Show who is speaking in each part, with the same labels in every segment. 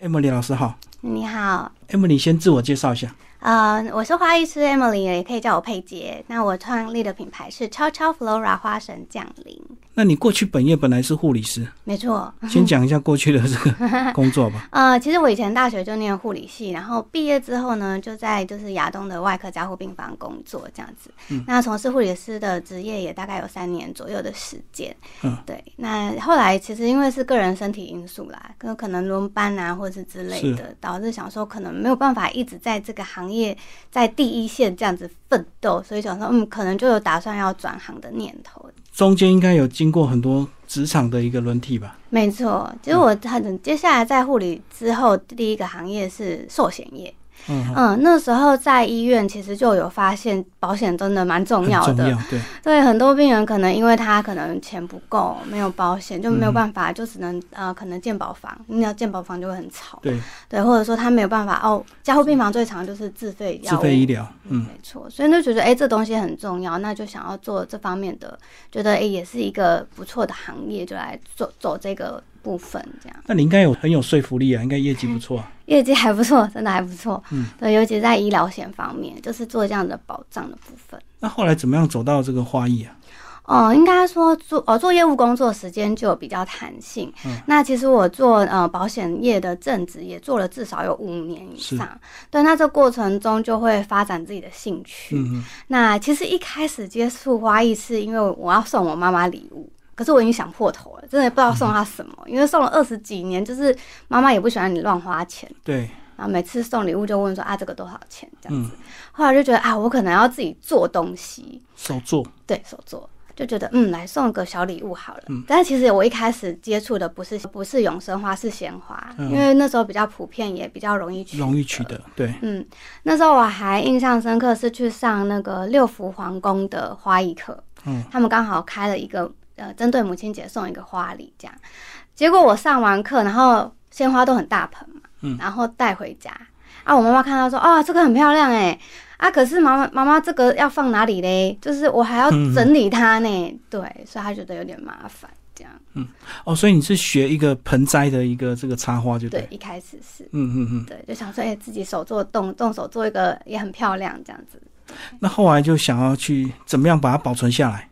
Speaker 1: Emily 老师好
Speaker 2: 你好，
Speaker 1: ，Emily 先自我介绍一下。
Speaker 2: 呃，我是花艺师 Emily，也可以叫我佩姐。那我创立的品牌是悄悄 Flora 花神降临，
Speaker 1: 那你过去本业本来是护理师，
Speaker 2: 没错。
Speaker 1: 先讲一下过去的这 个工作吧。
Speaker 2: 呃，其实我以前大学就念护理系，然后毕业之后呢，就在就是亚东的外科加护病房工作这样子。那从事护理师的职业也大概有三年左右的时间。
Speaker 1: 嗯
Speaker 2: 对。那后来其实因为是个人身体因素啦，跟可能轮班啊，或是之类的，导致想说可能没有办法一直在这个行业在第一线这样子奋斗，所以想说嗯，可能就有打算要转行的念头。
Speaker 1: 中间应该有经过很多职场的一个轮替吧？
Speaker 2: 没错，其实我很接下来在护理之后第一个行业是寿险业。
Speaker 1: 嗯，
Speaker 2: 嗯，那时候在医院其实就有发现，保险真的蛮重
Speaker 1: 很
Speaker 2: 要
Speaker 1: 重
Speaker 2: 的。
Speaker 1: 要。对，
Speaker 2: 对，很多病人可能因为他可能钱不够，没有保险，就没有
Speaker 1: 嗯
Speaker 2: 办法，就只能呃，可能健保房，你要健保房就会很吵。
Speaker 1: 对，
Speaker 2: 对，或者说他没有办法哦，加护病房最常就是自费药
Speaker 1: 自
Speaker 2: 物。
Speaker 1: 费医疗。嗯，
Speaker 2: 没错，所以就觉得哎、这东西很重要，那就想要做这方面的，觉得哎、也是一个不错的行业，就来走走这个部分这样。
Speaker 1: 那你应该有很有说服力啊，应该业绩不 错啊。
Speaker 2: 业绩还不错，真的还不错。
Speaker 1: 嗯，
Speaker 2: 对，尤其在医疗险方面，就是做这样的保障的部分。
Speaker 1: 那后来怎么样走到这个花艺 啊？
Speaker 2: 哦，应该说做哦做业务工作时间就比较弹性。
Speaker 1: 嗯
Speaker 2: 那其实我做呃保险业的正职也做了至少有五年以
Speaker 1: 是
Speaker 2: 上。对，那这过程中就会发展自己的兴趣。
Speaker 1: 嗯嗯，
Speaker 2: 那其实一开始接触花艺是因为我要送我妈妈礼物。可是我已经想破头了，真的不知道送她什么，因为送了二十几年，就是妈妈也不喜欢你乱花钱，
Speaker 1: 对，
Speaker 2: 然后每次送礼物就问说啊这个多少钱这样
Speaker 1: 嗯
Speaker 2: 子，，后来就觉得啊我可能要自己做东西，
Speaker 1: 手作。
Speaker 2: 对手做，就觉得嗯来送个小礼物好了。
Speaker 1: 嗯
Speaker 2: 但是其实我一开始接触的不是不是永生花，是鲜花，
Speaker 1: 嗯
Speaker 2: 因为那时候比较普遍，也比较容易取
Speaker 1: 容易取得，对，
Speaker 2: 嗯，那时候我还印象深刻是去上那个六福皇宫的花艺课，
Speaker 1: 嗯，
Speaker 2: 他们刚好开了一个呃，针对母亲节送一个花礼这样。结果我上完课，然后鲜花都很大盆嘛，
Speaker 1: 嗯
Speaker 2: 然后带回家啊，我妈妈看到说，哦，这个很漂亮哎，啊，可是妈妈妈妈这个要放哪里嘞？就是我还要整理它呢，
Speaker 1: 嗯
Speaker 2: 对，所以她觉得有点麻烦。这样
Speaker 1: 哦，所以你是学一个盆栽的一个这个插花，就对
Speaker 2: 对，，一开始是
Speaker 1: 嗯嗯嗯。
Speaker 2: 对，就想说，哎、自己手做动动手做一个也很漂亮，这样子。
Speaker 1: 那后来就想要去怎么样把它保存下来？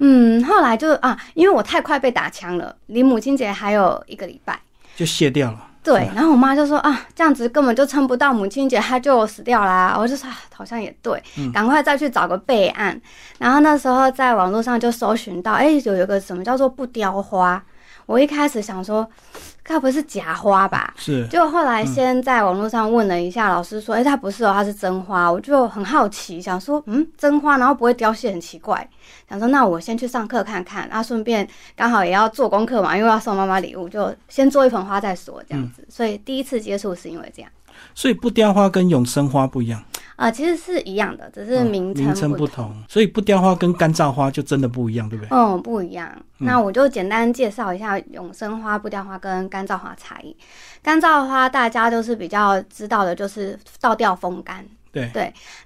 Speaker 2: 嗯，后来就啊，因为我太快被打枪了，离母亲节还有一个礼拜。
Speaker 1: 就卸掉了。
Speaker 2: 对
Speaker 1: 是吧，
Speaker 2: 然后我妈就说啊，这样子根本就撑不到母亲节，她就死掉啦。我就说、啊、好像也对，赶快再去找个备案。然后那时候在网络上就搜寻到，哎，有有个什么叫做不雕花。我一开始想说，该不是假花吧？
Speaker 1: 是，
Speaker 2: 就后来先在网络上问了一下老师说，哎、它不是哦，它是真花。我就很好奇，想说，嗯，真花，然后不会凋谢，很奇怪。想说，那我先去上课看看，然后顺便刚好也要做功课嘛，因为要送妈妈礼物，就先做一盆花再说这样子。
Speaker 1: 嗯
Speaker 2: 所以第一次接触是因为这样，
Speaker 1: 所以不雕花跟永生花不一样，
Speaker 2: 呃，其实是一样的，只是
Speaker 1: 嗯
Speaker 2: 名
Speaker 1: 名
Speaker 2: 称
Speaker 1: 称
Speaker 2: 不
Speaker 1: 不。同。所以不雕花跟干燥花就真的不一样，对不对？
Speaker 2: 嗯，不一样。那我就简单介绍一下永生花、不雕花跟干燥花差异。干燥花大家都是比较知道的，就是倒吊风干，
Speaker 1: 对，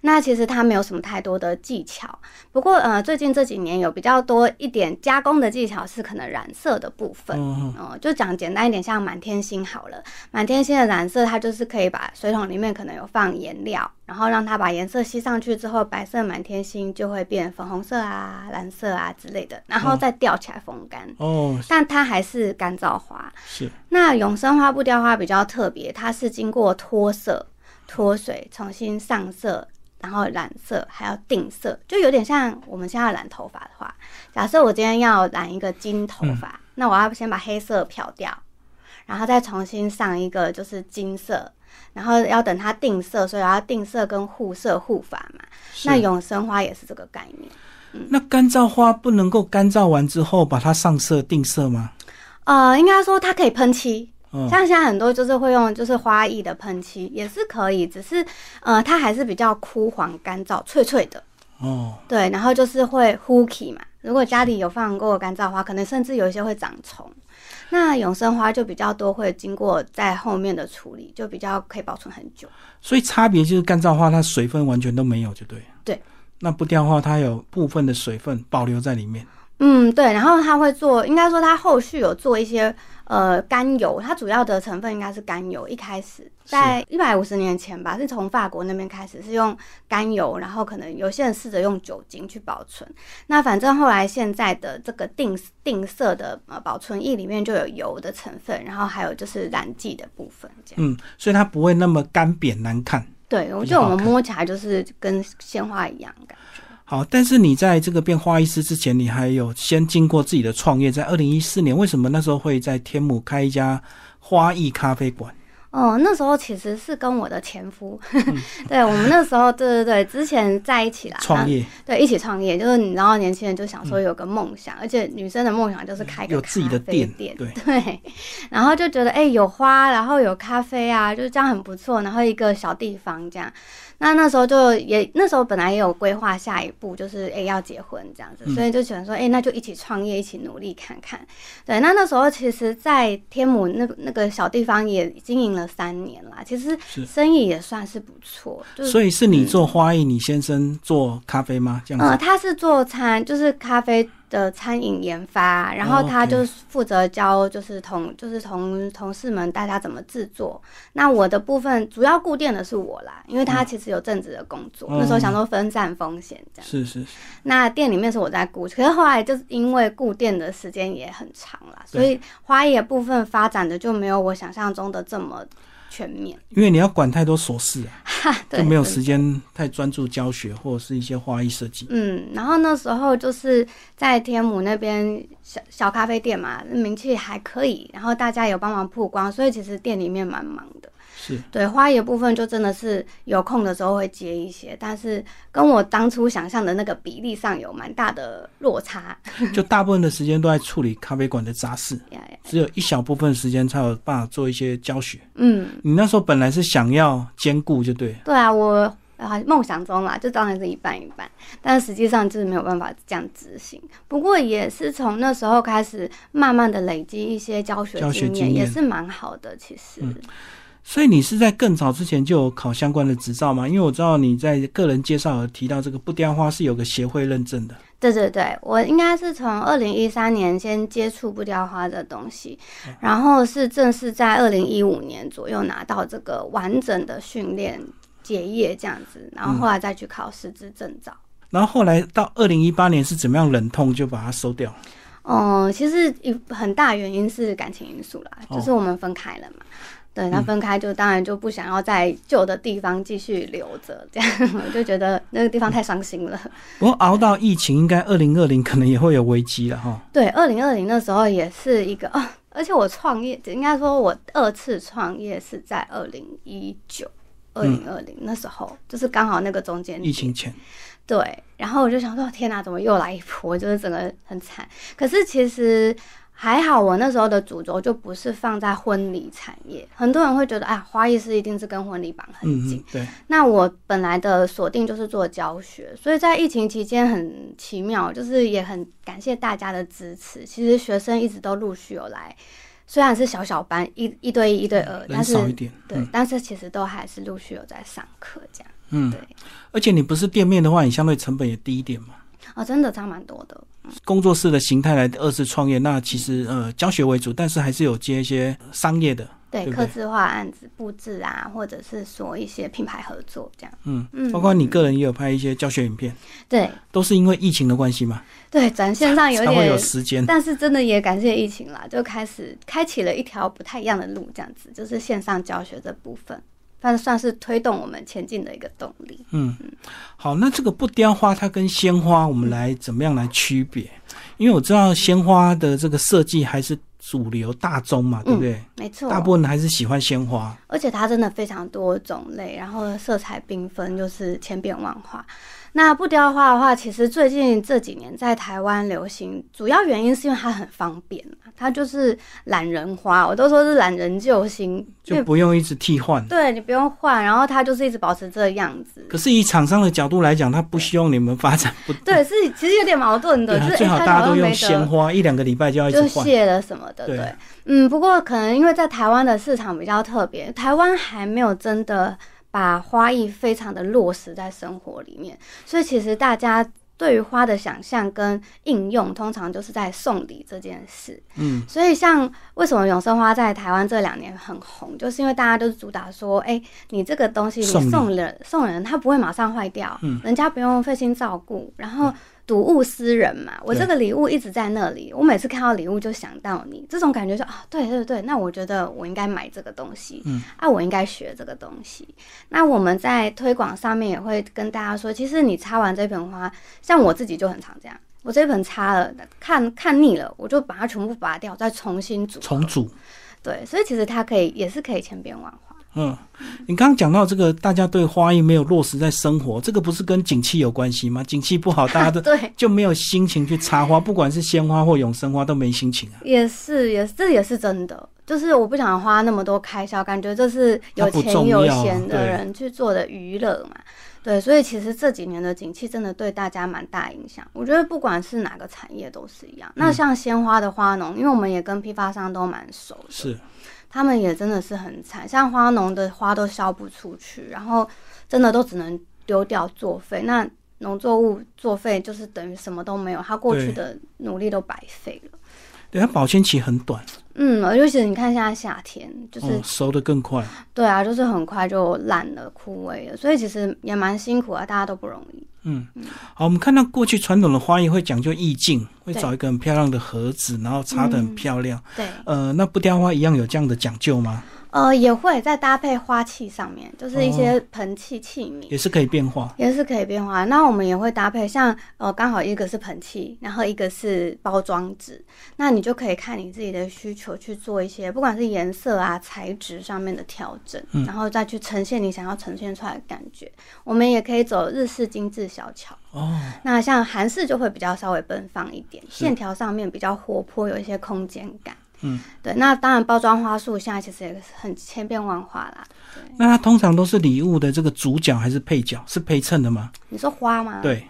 Speaker 2: 那其实它没有什么太多的技巧，不过呃，最近这几年有比较多一点加工的技巧，是可能染色的部分。
Speaker 1: 嗯，嗯
Speaker 2: 哦、就讲简单一点，像满天星好了，满天星的染色，它就是可以把水桶里面可能有放颜料，然后让它把颜色吸上去之后，白色满天星就会变粉红色啊、蓝色啊之类的，然后
Speaker 1: 嗯
Speaker 2: 再吊起来风干。
Speaker 1: 哦，
Speaker 2: 但它还是干燥花，
Speaker 1: 是，
Speaker 2: 那永生花不雕花比较特别，它是经过脱色、脱水，重新上色，然后染色，还要定色，就有点像我们现在染头发的话，假设我今天要染一个金头发，那我要先把黑色漂掉，然后再重新上一个就是金色。然后要等它定色，所以我要定色跟护色护发嘛。
Speaker 1: 是
Speaker 2: 那永生花也是这个概念。
Speaker 1: 那干燥花不能够干燥完之后把它上色定色吗？
Speaker 2: 呃，应该说它可以喷漆，
Speaker 1: 嗯，
Speaker 2: 像现在很多就是会用就是花艺的喷漆也是可以，只是呃它还是比较枯黄干燥脆脆的，
Speaker 1: 哦，
Speaker 2: 对，然后就是会呼起嘛。如果家里有放过干燥花，可能甚至有一些会长虫。那永生花就比较多会经过在后面的处理，就比较可以保存很久。
Speaker 1: 所以差别就是干燥花它水分完全都没有，就对了。
Speaker 2: 对。
Speaker 1: 那不雕花它有部分的水分保留在里面。
Speaker 2: 嗯，对，然后他会做，应该说他后续有做一些呃甘油，它主要的成分应该是甘油。一开始在一百五十年前吧，是从法国那边开始是用甘油，然后可能有些人试着用酒精去保存。那反正后来现在的这个定定色的呃保存液里面就有油的成分，然后还有就是染剂的部分，这样。
Speaker 1: 嗯，所以它不会那么干瘪难看。
Speaker 2: 对，我
Speaker 1: 比
Speaker 2: 觉
Speaker 1: 较好
Speaker 2: 得我们
Speaker 1: 看
Speaker 2: 摸起来就是跟鲜花一样感觉。
Speaker 1: 好，但是你在这个变花艺师之前，你还有先经过自己的创业，在二零一四年，为什么那时候会在天母开一家花艺咖啡馆？
Speaker 2: 哦，那时候其实是跟我的前夫，
Speaker 1: 嗯
Speaker 2: 对我们那时候，对对对，之前在一起啦，
Speaker 1: 创业
Speaker 2: 那对，一起创业，就是你知道，年轻人就想说有个梦想，而且女生的梦想就是开
Speaker 1: 嗯
Speaker 2: 个
Speaker 1: 有自己的
Speaker 2: 咖啡
Speaker 1: 店，
Speaker 2: 店，
Speaker 1: 对，
Speaker 2: 对，然后就觉得哎、有花，然后有咖啡啊，就是这样很不错。然后一个小地方这样，那那时候就也那时候本来也有规划下一步，就是哎、要结婚这样子，
Speaker 1: 嗯
Speaker 2: 所以就想说哎、那就一起创业，一起努力看看。对，那那时候其实，在天母那那个小地方也经营了三年啦，其实
Speaker 1: 是
Speaker 2: 生意也算是不错，就是。
Speaker 1: 所以是你做花艺，你先生做咖啡吗？这样
Speaker 2: 呃，
Speaker 1: 子，
Speaker 2: 他是做餐，就是咖啡的餐饮研发，然后他
Speaker 1: 哦 OK
Speaker 2: 就是负责教，就是同就是同同事们大家怎么制作。那我的部分主要顾店的是我啦，因为他其实有正职的工作，
Speaker 1: 嗯
Speaker 2: 那时候想说分散风险这样。
Speaker 1: 是是是，
Speaker 2: 那店里面是我在顾，可是后来就是因为顾店的时间也很长啦，
Speaker 1: 对
Speaker 2: 所以花艺的部分发展的就没有我想象中的这么全面。
Speaker 1: 因为你要管太多琐事啊，
Speaker 2: 哈，对，
Speaker 1: 就没有
Speaker 2: 真的
Speaker 1: 时间太专注教学或者是一些花艺设计。
Speaker 2: 嗯，然后那时候就是在天母那边小小咖啡店嘛，名气还可以，然后大家有帮忙曝光，所以其实店里面蛮忙的。
Speaker 1: 是
Speaker 2: 对花艺的部分，就真的是有空的时候会接一些，但是跟我当初想象的那个比例上有蛮大的落差。
Speaker 1: 就大部分的时间都在处理咖啡馆的杂事，
Speaker 2: 呀呀
Speaker 1: 只有一小部分时间才有办法做一些教学。
Speaker 2: 嗯，
Speaker 1: 你那时候本来是想要兼顾，就对了，
Speaker 2: 对啊，我啊梦想中啦，就当然是一半一半，但实际上就是没有办法这样执行。不过也是从那时候开始，慢慢的累积一些教学
Speaker 1: 教学
Speaker 2: 经验，
Speaker 1: 经
Speaker 2: 也
Speaker 1: 验
Speaker 2: 是蛮好的。其实，
Speaker 1: 所以你是在更早之前就有考相关的执照吗？因为我知道你在个人介绍有提到这个不雕花是有个协会认证的，
Speaker 2: 对对对，我应该是从二零一三年先接触不雕花的东西，然后是正式在二零一五年左右拿到这个完整的训练结业这样子，然后后来再去考师资证照。
Speaker 1: 然后后来到二零一八年是怎么样忍痛就把它收掉？
Speaker 2: 哦、其实一很大原因是感情因素啦，
Speaker 1: 哦嗯
Speaker 2: 就是我们分开了嘛。对，那分开就当然就不想要在旧的地方继续留着，这样 我就觉得那个地方太伤心了。
Speaker 1: 不过熬到疫情，应该二零二零可能也会有危机了哈。
Speaker 2: 对，二零二零那时候也是一个， 哦、而且我创业，应该说我二次创业是在二零一九、二零二零那时候，就是刚好那个中间
Speaker 1: 嗯疫情前，
Speaker 2: 对，然后我就想说，哦天哪、怎么又来一波？就是整个很惨。可是其实还好，我那时候的主轴就不是放在婚礼产业。很多人会觉得，啊，花艺师一定是跟婚礼绑很
Speaker 1: 嗯
Speaker 2: 紧。
Speaker 1: 嗯，对，
Speaker 2: 那我本来的锁定就是做教学，所以在疫情期间很奇妙，就是也很感谢大家的支持。其实学生一直都陆续有来，虽然是小小班一一对一、一对二，
Speaker 1: 嗯
Speaker 2: 但
Speaker 1: 人
Speaker 2: 是
Speaker 1: 少一点，
Speaker 2: 对，但是其实都还是陆续有在上课这样。
Speaker 1: 嗯
Speaker 2: 对，
Speaker 1: 而且你不是店面的话，你相对成本也低一点嘛。
Speaker 2: 哦，真的差蛮多的。
Speaker 1: 工作室的形态来二次创业，那其实呃教学为主，但是还是有接一些商业的，
Speaker 2: 对，
Speaker 1: 对不
Speaker 2: 客
Speaker 1: 对
Speaker 2: 制化案子布置啊，或者是说一些品牌合作这样。
Speaker 1: 嗯，
Speaker 2: 嗯
Speaker 1: 包括你个人也有拍一些教学影片，
Speaker 2: 对
Speaker 1: 都是因为疫情的关系嘛，
Speaker 2: 对，展现上有
Speaker 1: 才会
Speaker 2: 点
Speaker 1: 有，时间。
Speaker 2: 但是真的也感谢疫情啦，就开始开启了一条不太一样的路，这样子就是线上教学这部分，算算是推动我们前进的一个动力。
Speaker 1: 嗯，好，那这个不雕花它跟鲜花，我们来怎么样来区别？因为我知道鲜花的这个设计还是主流大宗嘛，对不对？
Speaker 2: 没错，
Speaker 1: 大部分还是喜欢鲜花，
Speaker 2: 而且它真的非常多种类，然后色彩缤纷，就是千变万化。那不雕花的话，其实最近这几年在台湾流行，主要原因是因为它很方便啊，它就是懒人花，我都说是懒人救星，因
Speaker 1: 就
Speaker 2: 为
Speaker 1: 不用一直替换。
Speaker 2: 对你不用换，然后它就是一直保持这样子。
Speaker 1: 可是以厂商的角度来讲，他不希望你们发展不
Speaker 2: 对，是其实有点矛盾的，
Speaker 1: 对
Speaker 2: 就
Speaker 1: 啊
Speaker 2: 是
Speaker 1: 最
Speaker 2: 哎
Speaker 1: 好
Speaker 2: 它
Speaker 1: 大家
Speaker 2: 好像
Speaker 1: 都用
Speaker 2: 没得
Speaker 1: 鲜花，一两个礼拜就要一直
Speaker 2: 就
Speaker 1: 换。
Speaker 2: 谢了什么的，
Speaker 1: 对
Speaker 2: 对，嗯，不过可能因为在台湾的市场比较特别，台湾还没有真的把花艺非常的落实在生活里面，所以其实大家。对于花的想象跟应用，通常就是在送礼这件事。
Speaker 1: 嗯，
Speaker 2: 所以，像为什么永生花在台湾这两年很红，就是因为大家都是主打说，哎、你这个东西
Speaker 1: 送礼
Speaker 2: 你送人送人，它不会马上坏掉，
Speaker 1: 嗯
Speaker 2: 人家不用费心照顾，然后睹物思人嘛。我这个礼物一直在那里，我每次看到礼物就想到你，这种感觉就啊，对对对，那我觉得我应该买这个东西，
Speaker 1: 嗯，
Speaker 2: 啊，我应该学这个东西。那我们在推广上面也会跟大家说，其实你插完这盆花，像我自己就很常这样，我这盆插了，看看腻了，我就把它全部拔掉，再重新组合
Speaker 1: 重。组。
Speaker 2: 对，所以其实它可以也是可以千变万化。
Speaker 1: 嗯，你刚刚讲到这个，大家对花艺没有落实在生活，这个不是跟景气有关系吗？景气不好，大家都
Speaker 2: 对，
Speaker 1: 就没有心情去插花，不管是鲜花或永生花都没心情啊。
Speaker 2: 也是也是这也是真的，就是我不想花那么多开销，感觉这是有
Speaker 1: 它不
Speaker 2: 钱
Speaker 1: 重要
Speaker 2: 有
Speaker 1: 啊
Speaker 2: 闲的
Speaker 1: 对
Speaker 2: 人去做的娱乐嘛。对，所以其实这几年的景气真的对大家蛮大影响。我觉得不管是哪个产业都是一样。
Speaker 1: 嗯
Speaker 2: 那像鲜花的花农，因为我们也跟批发商都蛮熟的，
Speaker 1: 是，
Speaker 2: 他们也真的是很惨，像花农的花都销不出去，然后真的都只能丢掉作废。那农作物作废就是等于什么都没有，他过去
Speaker 1: 对
Speaker 2: 的努力都白费了。
Speaker 1: 对，它保鲜期很短，
Speaker 2: 嗯，尤其是你看现在夏天，就是、
Speaker 1: 嗯，熟的更快。
Speaker 2: 对啊，就是很快就烂了、枯萎了，所以其实也蛮辛苦啊，大家都不容易。
Speaker 1: 嗯，好，我们看到过去传统的花艺会讲究意境，会
Speaker 2: 对嗯
Speaker 1: 找一个很漂亮的盒子，然后插的很漂亮。
Speaker 2: 对，
Speaker 1: 呃，那不雕花一样有这样的讲究吗？
Speaker 2: 呃，也会再搭配花器上面，就是一些
Speaker 1: 哦
Speaker 2: 盆器器皿。
Speaker 1: 也是可以变化。
Speaker 2: 也是可以变化。那我们也会搭配像，呃，刚好一个是盆器，然后一个是包装纸，那你就可以看你自己的需求去做一些，不管是颜色啊、材质上面的调整，
Speaker 1: 嗯
Speaker 2: 然后再去呈现你想要呈现出来的感觉。我们也可以走日式精致小巧，
Speaker 1: 哦，
Speaker 2: 那像韩式就会比较稍微奔放一点，
Speaker 1: 是
Speaker 2: 线条上面比较活泼，有一些空间感。
Speaker 1: 嗯，
Speaker 2: 对。那当然，包装花束现在其实也是很千变万化啦。
Speaker 1: 那它通常都是礼物的这个主角还是配角？是陪衬的吗？
Speaker 2: 你说花吗？
Speaker 1: 对，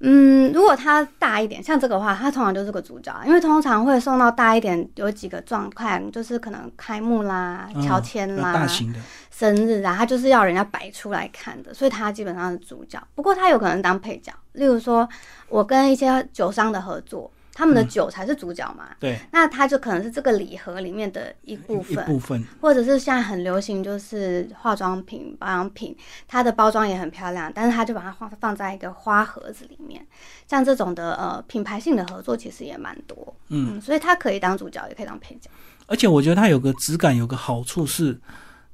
Speaker 2: 嗯，如果它大一点，像这个的话，它通常就是个主角，啊因为通常会送到大一点，有几个状态，就是可能开幕啦、
Speaker 1: 嗯
Speaker 2: 乔迁
Speaker 1: 那
Speaker 2: 啦、
Speaker 1: 大型的。
Speaker 2: 生日啊，它就是要人家摆出来看的，所以它基本上是主角。不过它有可能当配角，例如说，我跟一些酒商的合作，他
Speaker 1: 嗯
Speaker 2: 们的酒才是主角嘛，
Speaker 1: 对，
Speaker 2: 那它就可能是这个礼盒里面的一部
Speaker 1: 一
Speaker 2: 分。
Speaker 1: 部分。
Speaker 2: 或者是现在很流行，就是化妆品、保养品，它的包装也很漂亮，但是它就把它放放在一个花盒子里面。像这种的呃品牌性的合作其实也蛮多，
Speaker 1: 嗯
Speaker 2: 所以它可以当主角，也可以当配角。
Speaker 1: 而且我觉得它有个质感，有个好处是，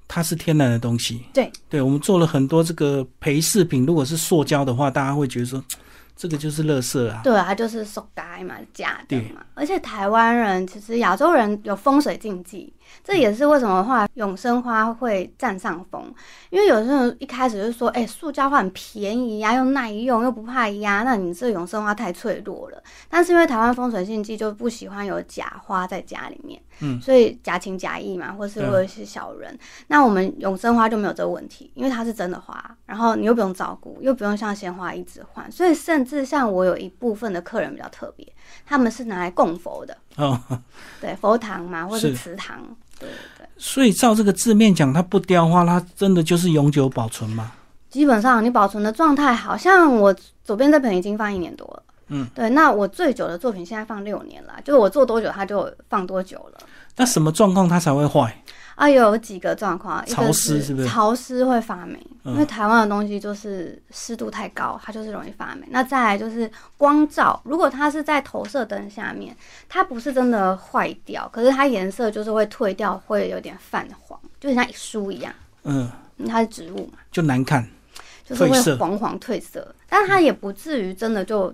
Speaker 1: 它是天然的东西。
Speaker 2: 对，
Speaker 1: 对我们做了很多这个陪饰品，如果是塑胶的话，大家会觉得说，嘖这个就是垃圾啊。
Speaker 2: 对啊，它就是手该嘛，假的
Speaker 1: 对
Speaker 2: 嘛。而且台湾人其实亚洲人有风水禁忌，这也是为什么话永生花会占上风，因为有些人一开始就说，哎、塑胶花很便宜呀、又耐用又不怕压，那你这永生花太脆弱了。但是因为台湾风水禁忌就不喜欢有假花在家里面，
Speaker 1: 嗯
Speaker 2: 所以假情假意嘛，或是
Speaker 1: 对啊
Speaker 2: 或者是小人，那我们永生花就没有这个问题，因为它是真的花，然后你又不用照顾，又不用像鲜花一直换，所以甚至像我有一部分的客人比较特别，他们是拿来供佛的，
Speaker 1: 哦，
Speaker 2: 对，佛堂嘛，或
Speaker 1: 是
Speaker 2: 是祠堂，对对对，
Speaker 1: 所以照这个字面讲，它不雕花，它真的就是永久保存嘛。
Speaker 2: 基本上你保存的状态，好像我左边这盆已经放一年多了。
Speaker 1: 嗯，
Speaker 2: 对，那我最久的作品现在放六年了，就是我做多久它就放多久了。
Speaker 1: 那什么状况它才会坏？
Speaker 2: 啊，有几个状况，一个
Speaker 1: 潮湿是不是
Speaker 2: 潮湿会发霉，
Speaker 1: 嗯
Speaker 2: 因为台湾的东西就是湿度太高，它就是容易发霉。那再来就是光照，如果它是在投射灯下面，它不是真的坏掉，可是它颜色就是会褪掉，会有点泛黄，就像书一样，
Speaker 1: 嗯，
Speaker 2: 嗯它是植物嘛，
Speaker 1: 就难看。
Speaker 2: 就是
Speaker 1: 褪色
Speaker 2: 会黄黄褪色，但它也不至于真的就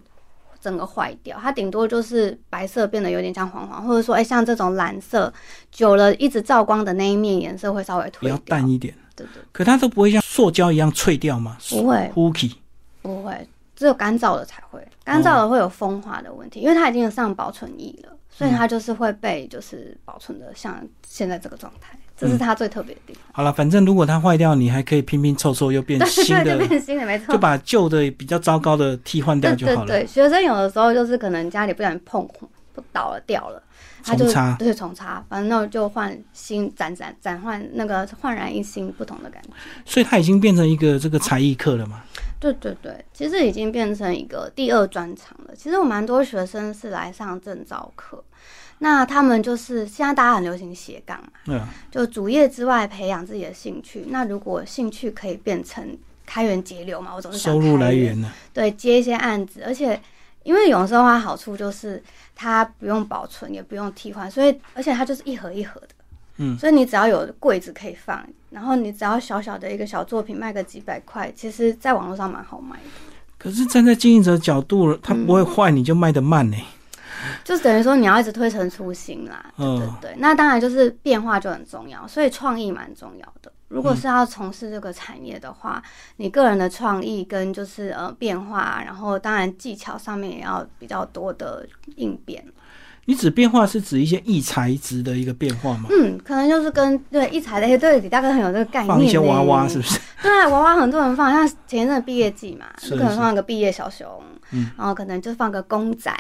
Speaker 2: 整个坏掉，它顶多就是白色变得有点像黄黄，或者说哎、像这种蓝色，久了一直照光的那一面颜色会稍微褪
Speaker 1: 比较
Speaker 2: 掉，
Speaker 1: 淡一点，
Speaker 2: 对对，
Speaker 1: 可它都不会像塑胶一样脆掉嘛。
Speaker 2: 不会
Speaker 1: Hooky，
Speaker 2: 不会，只有干燥的才会，干燥
Speaker 1: 哦
Speaker 2: 的会有风化的问题，因为它已经上保存液了，
Speaker 1: 嗯
Speaker 2: 所以它就是会被就是保存的像现在这个状态，这
Speaker 1: 嗯
Speaker 2: 是它最特别的地方，
Speaker 1: 好了，反正如果它坏掉，你还可以拼拼凑凑，又变
Speaker 2: 对
Speaker 1: 新
Speaker 2: 对对，
Speaker 1: 的，
Speaker 2: 变新的没错
Speaker 1: 就。把旧的比较糟糕的替换掉
Speaker 2: 对
Speaker 1: 就
Speaker 2: 对
Speaker 1: 好了。
Speaker 2: 对，学生有的时候就是可能家里不小心碰不倒了掉了，他就
Speaker 1: 重插
Speaker 2: 对重插，反正那就换新展展展换那个焕然一新不同的感觉。
Speaker 1: 所以它已经变成一个这个才艺课了嘛。
Speaker 2: 对对对，其实已经变成一个第二专长了。其实我蛮多学生是来上证照课，那他们就是现在大家很流行斜杠嘛，
Speaker 1: 嗯，
Speaker 2: 就主业之外培养自己的兴趣。那如果兴趣可以变成开源节流嘛，我总是
Speaker 1: 嗯
Speaker 2: 想
Speaker 1: 收入
Speaker 2: 开
Speaker 1: 来
Speaker 2: 源
Speaker 1: 源呢？
Speaker 2: 对，接一些案子，而且因为永生花好处就是它不用保存，也不用替换，所以而且它就是一盒一盒的，
Speaker 1: 嗯
Speaker 2: 所以你只要有柜子可以放，然后你只要小小的一个小作品卖个几百块，其实在网络上蛮好卖的，
Speaker 1: 可是站在经营者角度，它不会坏，你就卖得慢呢、
Speaker 2: 就等于说你要一直推陈出新啦，
Speaker 1: 嗯
Speaker 2: 对对对，那当然就是变化就很重要，所以创意蛮重要的。如
Speaker 1: 嗯
Speaker 2: 果是要从事这个产业的话，你个人的创意跟就是呃变化，然后当然技巧上面也要比较多的应变。
Speaker 1: 你指变化是指一些异材质的一个变化吗？
Speaker 2: 嗯，可能就是跟对一彩类，对李大哥很有这个概念、
Speaker 1: 放一些娃娃是不 是？
Speaker 2: 对啊，娃娃很多人放，像前一阵的毕业季嘛，
Speaker 1: 是
Speaker 2: 就可能放个毕业小熊，
Speaker 1: 嗯
Speaker 2: 然后可能就放个公仔，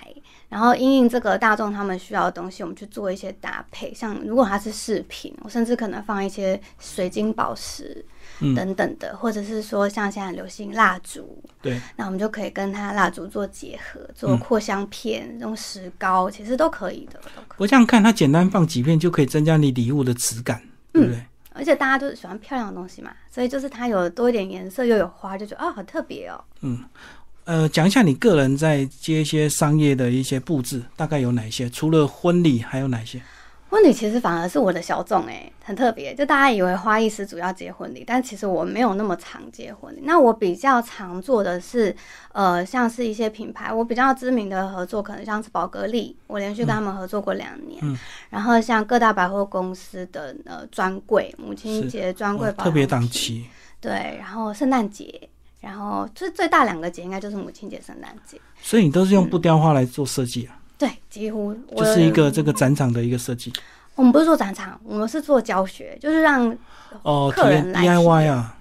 Speaker 2: 然后因应这个大众他们需要的东西，我们去做一些搭配。像如果它是饰品，我甚至可能放一些水晶宝石
Speaker 1: 嗯，
Speaker 2: 等等的，或者是说像现在流行蜡烛，
Speaker 1: 对，
Speaker 2: 那我们就可以跟它蜡烛做结合，
Speaker 1: 嗯
Speaker 2: 做扩香片，用石膏，其实都可以的，都可以。
Speaker 1: 我这样看，它简单放几片就可以增加你礼物的质感，
Speaker 2: 嗯
Speaker 1: 对不对？
Speaker 2: 而且大家都是喜欢漂亮的东西嘛，所以就是它有多一点颜色，又有花，就觉得啊、好特别哦。
Speaker 1: 呃，讲一下你个人在接一些商业的一些布置，大概有哪些？除了婚礼，还有哪些？
Speaker 2: 婚礼其实反而是我的小众哎、很特别。就大家以为花艺师主要结婚礼，但其实我没有那么常结婚礼。那我比较常做的是，呃，像是一些品牌，我比较知名的合作，可能像是宝格丽，我连续跟他们合作过两年。
Speaker 1: 嗯
Speaker 2: 然后像各大百货公司的呃专柜，母亲
Speaker 1: 是
Speaker 2: 节专柜
Speaker 1: 哦
Speaker 2: 保
Speaker 1: 特别
Speaker 2: 养
Speaker 1: 档
Speaker 2: 品
Speaker 1: 期，
Speaker 2: 对，然后圣诞节，然后最最大两个节应该就是母亲节、圣诞节。
Speaker 1: 所以你都是用布雕花来做设计啊，
Speaker 2: 对，几乎我
Speaker 1: 就是一个这个展场的一个设计
Speaker 2: 我们不是做展场，我们是做教学，就是让
Speaker 1: 哦，体
Speaker 2: 客人
Speaker 1: 验
Speaker 2: 来体验
Speaker 1: DIY 啊，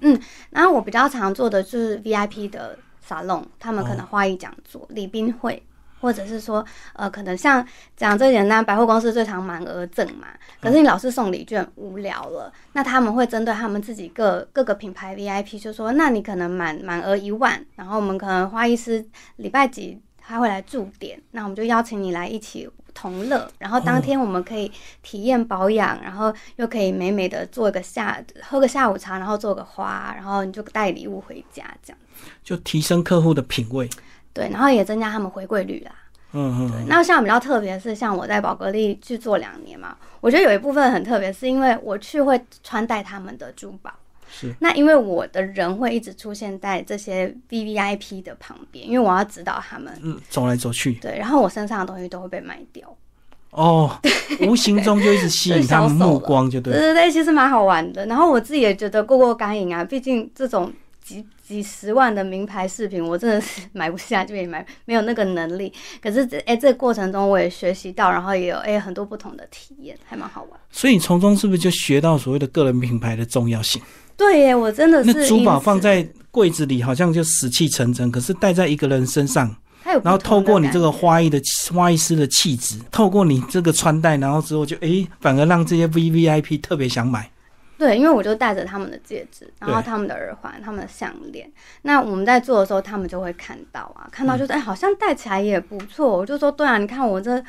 Speaker 2: 然后我比较常做的就是 VIP 的沙龙，他们可能
Speaker 1: 哦
Speaker 2: 花艺讲座、礼宾会，或者是说，呃，可能像讲最简单，百货公司最常满额赠嘛。
Speaker 1: 嗯
Speaker 2: 可是你老是送礼券无聊了，那他们会针对他们自己各各个品牌 VIP，就说，那你可能满满额一万，然后我们可能花艺师礼拜几他会来驻点，那我们就邀请你来一起。同乐，然后当
Speaker 1: 哦
Speaker 2: 天我们可以体验保养，然后又可以美美的做个下喝个下午茶，然后做个花，然后你就带礼物回家这样。
Speaker 1: 就提升客户的品味。
Speaker 2: 对，然后也增加他们回馈率啦。
Speaker 1: 嗯
Speaker 2: 对
Speaker 1: 嗯，
Speaker 2: 那像比较特别是像我在宝格丽去做两年嘛，我觉得有一部分很特别，是因为我去会穿戴他们的珠宝。
Speaker 1: 是
Speaker 2: 那因为我的人会一直出现在这些 V V I P 的旁边，因为我要指导他们。
Speaker 1: 嗯，走来走去
Speaker 2: 对，然后我身上的东西都会被卖掉。
Speaker 1: 哦，无形中就一直吸引他们目光，就
Speaker 2: 对
Speaker 1: 对。
Speaker 2: 对对，其实蛮好玩的。然后我自己也觉得过过干瘾啊，毕竟这种几几十万的名牌饰品，我真的是买不下，就也买没有那个能力。 可是这哎、这个过程中我也学习到，然后也有哎、很多不同的体验，还蛮好玩。
Speaker 1: 所以你从中是不是就学到所谓的个人品牌的重要性？
Speaker 2: 对耶，我真的是
Speaker 1: 那珠
Speaker 2: 因
Speaker 1: 宝
Speaker 2: 此
Speaker 1: 放在柜子里好像就死气沉沉，可是戴在一个人身上，
Speaker 2: 它有不
Speaker 1: 然后透
Speaker 2: 同的
Speaker 1: 过你
Speaker 2: 感
Speaker 1: 这个花艺的花艺师的气质，透过你这个穿戴，然后之后就诶、反而让这些 V V I P 特别想买。
Speaker 2: 对，因为我就戴着他们的戒指，然后
Speaker 1: 对
Speaker 2: 他们的耳环、他们的项链。那我们在做的时候，他们就会看到啊，看
Speaker 1: 嗯
Speaker 2: 到就是哎、好像戴起来也不错。我就说，对啊，你看我这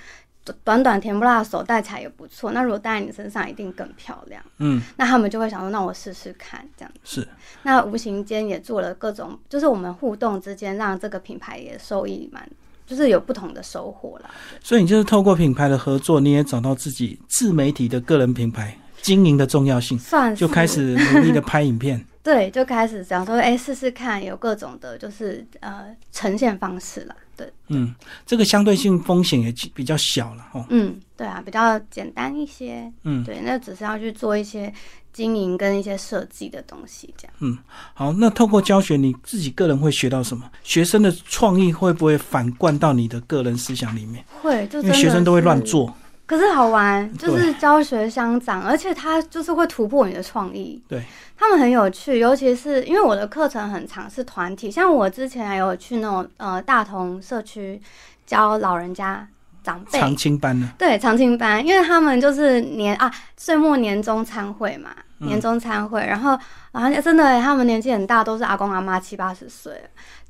Speaker 2: 短短甜不辣的手戴起来也不错。那如果戴在你身上，一定更漂亮。
Speaker 1: 嗯，
Speaker 2: 那他们就会想说，那我试试看这样。
Speaker 1: 是
Speaker 2: 那无形间也做了各种，就是我们互动之间，让这个品牌也受益蛮，就是有不同的收获啦。
Speaker 1: 所以你就是透过品牌的合作，你也找到自己自媒体的个人品牌经营的重要性，
Speaker 2: 算
Speaker 1: 就是开始努力的拍影片。
Speaker 2: 对，就开始想说，哎，试试看，有各种的，就是呃呈现方式啦。对，
Speaker 1: 嗯，这个相对性风险也比较小了哦。
Speaker 2: 嗯，对啊，比较简单一些。
Speaker 1: 嗯
Speaker 2: 对，那只是要去做一些经营跟一些设计的东西，这样。
Speaker 1: 好，那透过教学，你自己个人会学到什么？学生的创意会不会反灌到你的个人思想里面？
Speaker 2: 会，就
Speaker 1: 因为
Speaker 2: 真的
Speaker 1: 学生都会
Speaker 2: 是
Speaker 1: 乱，做，
Speaker 2: 可是好玩，就
Speaker 1: 对
Speaker 2: 是教学相长，而且他就是会突破你的创意。
Speaker 1: 对，
Speaker 2: 他们很有趣，尤其是因为我的课程很常是团体，像我之前还有去那种呃大同社区教老人家。长辈
Speaker 1: 常青班呢？
Speaker 2: 对长青班，因为他们就是年啊岁末年终参会嘛，
Speaker 1: 嗯
Speaker 2: 年终参会，然后然后真的他们年纪很大，都是阿公阿妈七八十岁了，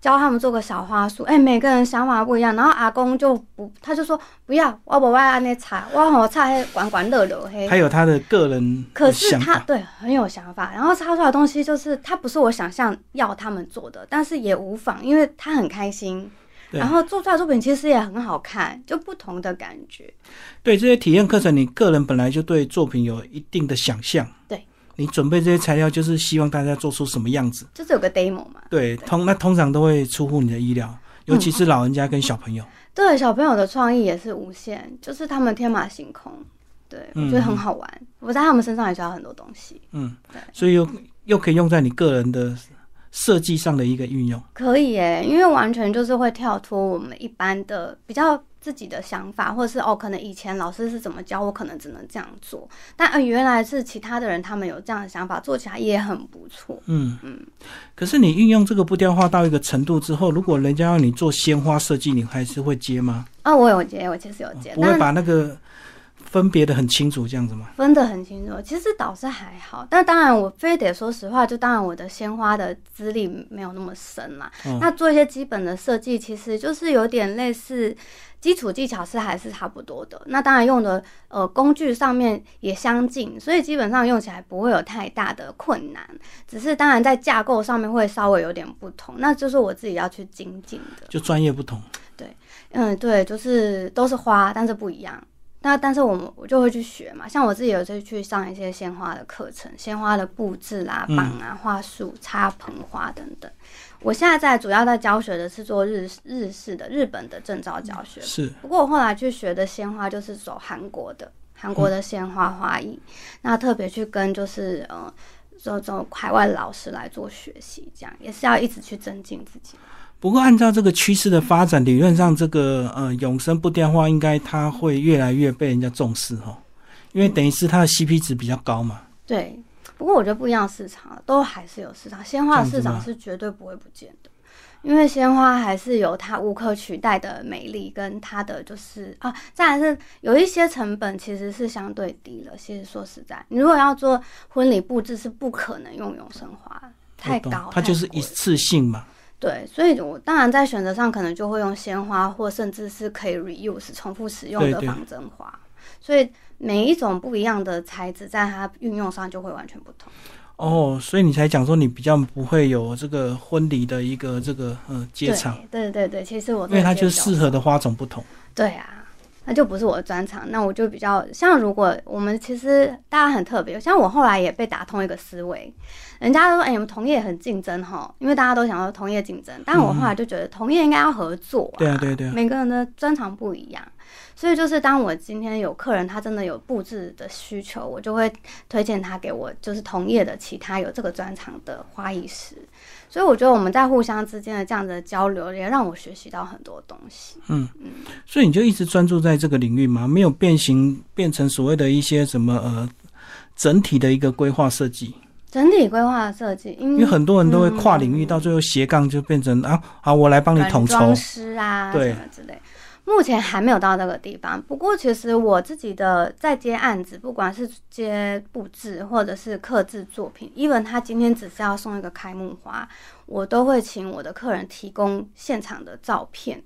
Speaker 2: 教他们做个小花束，哎、每个人想法不一样，然后阿公就不，他就说不要，我不爱按那擦，我好擦黑管管乐乐黑。
Speaker 1: 还有他的个人
Speaker 2: 可
Speaker 1: 的
Speaker 2: 是
Speaker 1: 想
Speaker 2: 他
Speaker 1: 法，
Speaker 2: 对很有想法，然后插出来的东西就是他不是我想象要他们做的，但是也无妨，因为他很开心。
Speaker 1: 对
Speaker 2: 然后做出来的作品其实也很好看，就不同的感觉。
Speaker 1: 对这些体验课程，你个人本来就对作品有一定的想象，
Speaker 2: 对，
Speaker 1: 你准备这些材料就是希望大家做出什么样子，
Speaker 2: 就是有个 demo 嘛，
Speaker 1: 对，通那通常都会出乎你的意料，尤其是老人家跟小朋友。
Speaker 2: 对小朋友的创意也是无限，就是他们天马行空，对我
Speaker 1: 嗯
Speaker 2: 觉得很好玩。我在他们身上也学到很多东西，
Speaker 1: 嗯
Speaker 2: 对，
Speaker 1: 所以又又可以用在你个人的设计上的一个运用。
Speaker 2: 可以耶，因为完全就是会跳脱我们一般的比较自己的想法，或者是哦，可能以前老师是怎么教我，可能只能这样做，但呃原来是其他的人他们有这样的想法，做起来也很不错。
Speaker 1: 嗯可是你运用这个布雕画到一个程度之后，如果人家要你做鲜花设计，你还是会接吗？
Speaker 2: 啊、我有接，我其实有接，
Speaker 1: 不会
Speaker 2: 但
Speaker 1: 把那个分别的很清楚这样子吗？
Speaker 2: 分得很清楚。其实导师还好，但当然我非得说实话，就当然我的鲜花的资历没有那么深啦。
Speaker 1: 嗯
Speaker 2: 那做一些基本的设计，其实就是有点类似基础技巧是还是差不多的。那当然用的呃工具上面也相近，所以基本上用起来不会有太大的困难。只是当然在架构上面会稍微有点不同，那就是我自己要去精进的。
Speaker 1: 就专业不同。
Speaker 2: 嗯，对，就是都是花，但是不一样。那但是我们我就会去学嘛，像我自己有时候去上一些鲜花的课程，鲜花的布置啦、
Speaker 1: 嗯
Speaker 2: 绑啊、花束、插盆花等等。我现在在主要在教学的是做日日式的日本的证照教学，
Speaker 1: 是，
Speaker 2: 不过我后来去学的鲜花就是走韩国的韩国的鲜花花艺，那特别去跟就是呃这种海外老师来做学习，这样也是要一直去增进自己。
Speaker 1: 不过按照这个趋势的发展，理论上这个呃永生布雕画应该它会越来越被人家重视哦，因为等于是它的 CP 值比较高嘛。
Speaker 2: 对，不过我觉得不一样的市场都还是有市场，鲜花的市场是绝对不会不见的，因为鲜花还是有它无可取代的美丽跟它的就是啊，再来是有一些成本其实是相对低了。其实说实在，你如果要做婚礼布置，是不可能用永生花，太
Speaker 1: 我懂
Speaker 2: 高，
Speaker 1: 它就是
Speaker 2: 太贵
Speaker 1: 一
Speaker 2: 了
Speaker 1: 次性嘛。
Speaker 2: 对，所以我当然在选择上可能就会用鲜花，或甚至是可以 reuse 重复使用的
Speaker 1: 对对
Speaker 2: 仿真花。所以每一种不一样的材质，在它运用上就会完全不同。
Speaker 1: 哦，所以你才讲说你比较不会有这个婚礼的一个这个呃接场，
Speaker 2: 对对对对，其实我
Speaker 1: 因为它
Speaker 2: 真
Speaker 1: 就
Speaker 2: 的接不了
Speaker 1: 适合的花种不同。
Speaker 2: 对啊，那就不是我的专长。那我就比较像，如果我们其实大家很特别，像我后来也被打通一个思维，人家都说哎，你们同业很竞争哈，因为大家都想要同业竞争，但我后来就觉得同业应该要合作、
Speaker 1: 对啊对啊对啊
Speaker 2: 每个人的专长不一样。所以就是，当我今天有客人他真的有布置的需求，我就会推荐他给我就是同业的其他有这个专长的花艺师。所以我觉得我们在互相之间的这样的交流，也让我学习到很多东西。
Speaker 1: 所以你就一直专注在这个领域嘛，没有变形变成所谓的一些什么呃整体的一个规划设计，
Speaker 2: 整体规划设计，因
Speaker 1: 因为很多人都会跨领域，到最后斜杠就变成啊好我来帮你
Speaker 2: 软
Speaker 1: 统筹
Speaker 2: 装，师啊
Speaker 1: 对
Speaker 2: 什么之类。目前还没有到那个地方，不过其实我自己的在接案子，不管是接布置或者是刻制作品，even 他今天只是要送一个开幕花，我都会请我的客人提供现场的照片，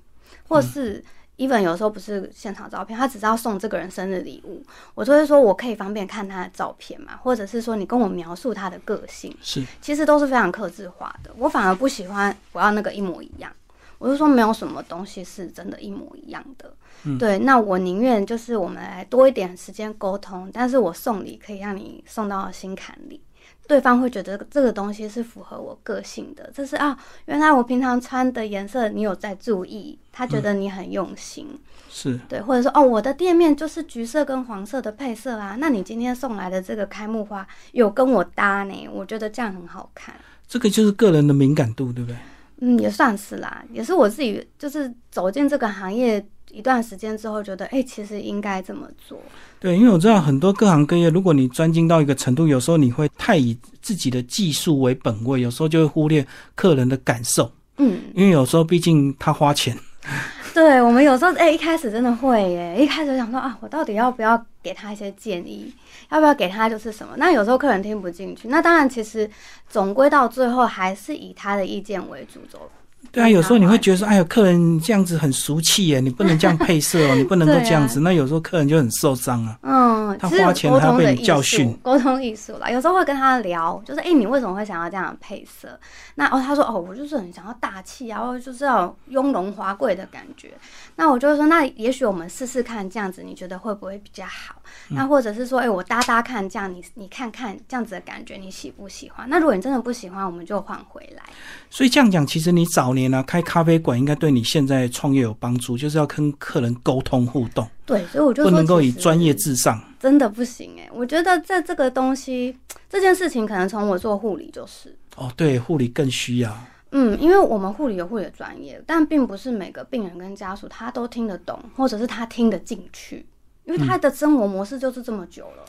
Speaker 2: 或
Speaker 1: 嗯
Speaker 2: 是 even 有时候不是现场照片，他只是要送这个人生日礼物，我就会说我可以方便看他的照片嘛，或者是说你跟我描述他的个性，
Speaker 1: 是
Speaker 2: 其实都是非常克制化的。我反而不喜欢我要那个一模一样，我就说没有什么东西是真的一模一样的。
Speaker 1: 嗯
Speaker 2: 对，那我宁愿就是我们来多一点时间沟通，但是我送礼可以让你送到心坎里。对方会觉得这个东西是符合我个性的，这是啊，原来我平常穿的颜色你有在注意，他觉得你很用心，
Speaker 1: 是
Speaker 2: 对，或者说哦，我的店面就是橘色跟黄色的配色啊，那你今天送来的这个开幕花有跟我搭呢，我觉得这样很好看。
Speaker 1: 这个就是个人的敏感度，对不对？
Speaker 2: 嗯，也算是啦，也是我自己就是走进这个行业一段时间之后，觉得哎、其实应该这么做。
Speaker 1: 对，因为我知道很多各行各业，如果你专精到一个程度，有时候你会太以自己的技术为本位，有时候就会忽略客人的感受。
Speaker 2: 嗯，
Speaker 1: 因为有时候毕竟他花钱，
Speaker 2: 对我们有时候哎、一开始真的会耶，一开始想说啊，我到底要不要给他一些建议，要不要给他就是什么？那有时候客人听不进去，那当然其实总归到最后还是以他的意见为主轴。
Speaker 1: 对啊，有时候你会觉得说，哎呦，客人这样子很俗气耶，你不能这样配色哦，你不能够这样
Speaker 2: 啊
Speaker 1: 子。那有时候客人就很受伤啊。
Speaker 2: 嗯，
Speaker 1: 他
Speaker 2: 其实
Speaker 1: 花钱
Speaker 2: 沟
Speaker 1: 还要
Speaker 2: 通
Speaker 1: 被
Speaker 2: 的
Speaker 1: 你
Speaker 2: 艺
Speaker 1: 教
Speaker 2: 术
Speaker 1: 训
Speaker 2: 沟通艺术啦，有时候会跟他聊，就是哎、诶你为什么会想要这样配色？那哦，他说哦，我就是很想要大气啊，或者就是要有雍容华贵的感觉。那我就会说，那也许我们试试看，这样子你觉得会不会比较好？
Speaker 1: 嗯
Speaker 2: 那或者是说，哎、我搭搭看，这样你你看看这样子的感觉，你喜不喜欢？那如果你真的不喜欢，我们就换回来。
Speaker 1: 所以这样讲，其实你早年啊开咖啡馆，应该对你现在创业有帮助，就是要跟客人沟通互动，
Speaker 2: 对，所以我就
Speaker 1: 不
Speaker 2: 说
Speaker 1: 能够
Speaker 2: 其
Speaker 1: 以
Speaker 2: 实
Speaker 1: 专业至上。
Speaker 2: 真的不行哎、我觉得在这个东西这件事情，可能从我做护理就是。
Speaker 1: 哦，对，护理更需要。
Speaker 2: 嗯，因为我们护理有护理的专业，但并不是每个病人跟家属他都听得懂，或者是他听得进去，因为他的生活模式就是这么久了，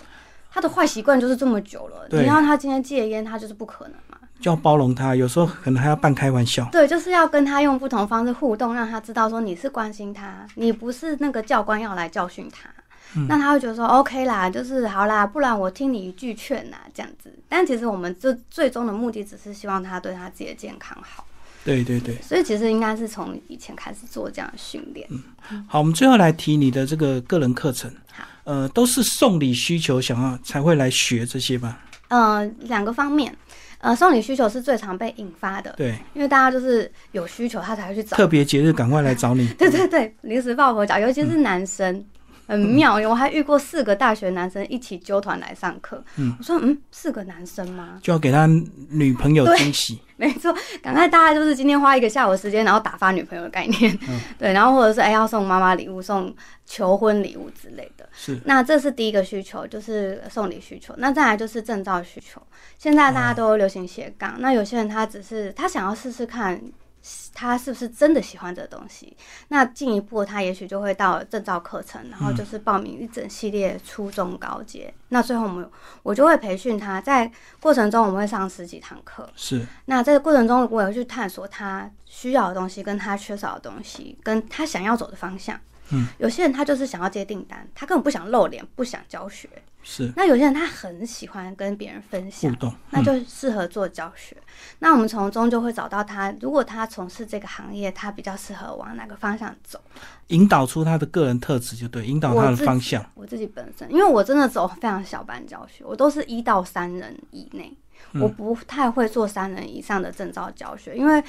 Speaker 2: 他的坏习惯就是这么久了。你
Speaker 1: 对
Speaker 2: 让他今天戒烟，他就是不可能嘛。
Speaker 1: 就要包容他，有时候可能还要半开玩笑。
Speaker 2: 对，就是要跟他用不同方式互动，让他知道说你是关心他，你不是那个教官要来教训他。那他会觉得说 OK 啦，就是好啦，不然我听你一句劝啦，这样子。但其实我们就最终的目的只是希望他对他自己的健康好。
Speaker 1: 对对对，
Speaker 2: 所以其实应该是从以前开始做这样的训练。
Speaker 1: 嗯好，我们最后来提你的这个个人课程
Speaker 2: 好，
Speaker 1: 呃，都是送礼需求想要才会来学这些吧？
Speaker 2: 呃，两个方面，呃，送礼需求是最常被引发的，
Speaker 1: 对，
Speaker 2: 因为大家就是有需求他才会去找。
Speaker 1: 特别节日赶快来找你。
Speaker 2: 对对对，临时抱佛脚，尤其是男生。很妙，我还遇过四个大学男生一起纠团来上课。
Speaker 1: 嗯
Speaker 2: 我说嗯，四个男生吗？
Speaker 1: 就要给他女朋友惊喜，
Speaker 2: 没错，赶快大家就是今天花一个下午时间，然后打发女朋友的概念，
Speaker 1: 嗯
Speaker 2: 对，然后或者是哎要送妈妈礼物、送求婚礼物之类的。
Speaker 1: 是
Speaker 2: 那这是第一个需求，就是送礼需求。那再来就是证照需求。现在大家都流行斜杠，那有些人他只是他想要试试看，他是不是真的喜欢这个东西。那进一步，他也许就会到证照课程，然后就是报名一整系列初中高阶。那最后我们我就会培训他，在过程中我们会上十几堂课。
Speaker 1: 是，
Speaker 2: 那在这个过程中，我也会去探索他需要的东西，跟他缺少的东西，跟他想要走的方向。
Speaker 1: 嗯，
Speaker 2: 有些人他就是想要接订单，他根本不想露脸，不想教学。
Speaker 1: 是
Speaker 2: 那有些人他很喜欢跟别人分
Speaker 1: 互
Speaker 2: 享，
Speaker 1: 动，嗯
Speaker 2: 那就适合做教学。那我们从中就会找到他，如果他从事这个行业，他比较适合往哪个方向走。
Speaker 1: 引导出他的个人特质，就对，引导他的方向。
Speaker 2: 我自己本身，因为我真的走非常小班教学，我都是一到三人以内，
Speaker 1: 嗯
Speaker 2: 我不太会做三人以上的证照教学，因为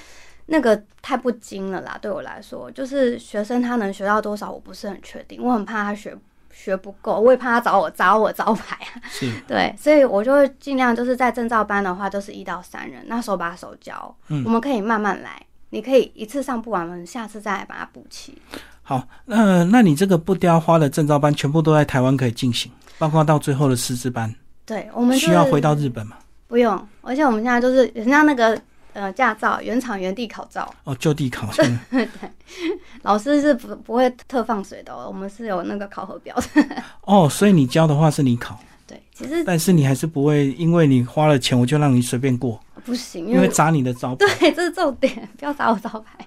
Speaker 2: 那个太不精了啦。对我来说，就是学生他能学到多少，我不是很确定，我很怕他学学不够，我也怕他找我砸我招牌啊。
Speaker 1: 是
Speaker 2: 对，所以我就会尽量就是在证照班的话，就是一到三人，那手把手教，
Speaker 1: 嗯
Speaker 2: 我们可以慢慢来。你可以一次上不完，我们下次再来把它补齐。
Speaker 1: 好，那、那你这个不雕花的证照班全部都在台湾可以进行，包括到最后的师资班，
Speaker 2: 对，我们就
Speaker 1: 需要
Speaker 2: 是
Speaker 1: 回到日本嘛？
Speaker 2: 不用，而且我们现在就是人家那个呃驾照原厂原地考照，
Speaker 1: 哦，就地 考，嗯
Speaker 2: 老师是不不会特放水的、哦，我们是有那个考核表的。
Speaker 1: 哦，所以你教的话是你考，
Speaker 2: 对，其实
Speaker 1: 但是你还是不会，因为你花了钱，我就让你随便过，
Speaker 2: 不行，
Speaker 1: 因
Speaker 2: 因
Speaker 1: 为
Speaker 2: 为
Speaker 1: 砸你的招牌。
Speaker 2: 对，这是重点，不要砸我招 牌。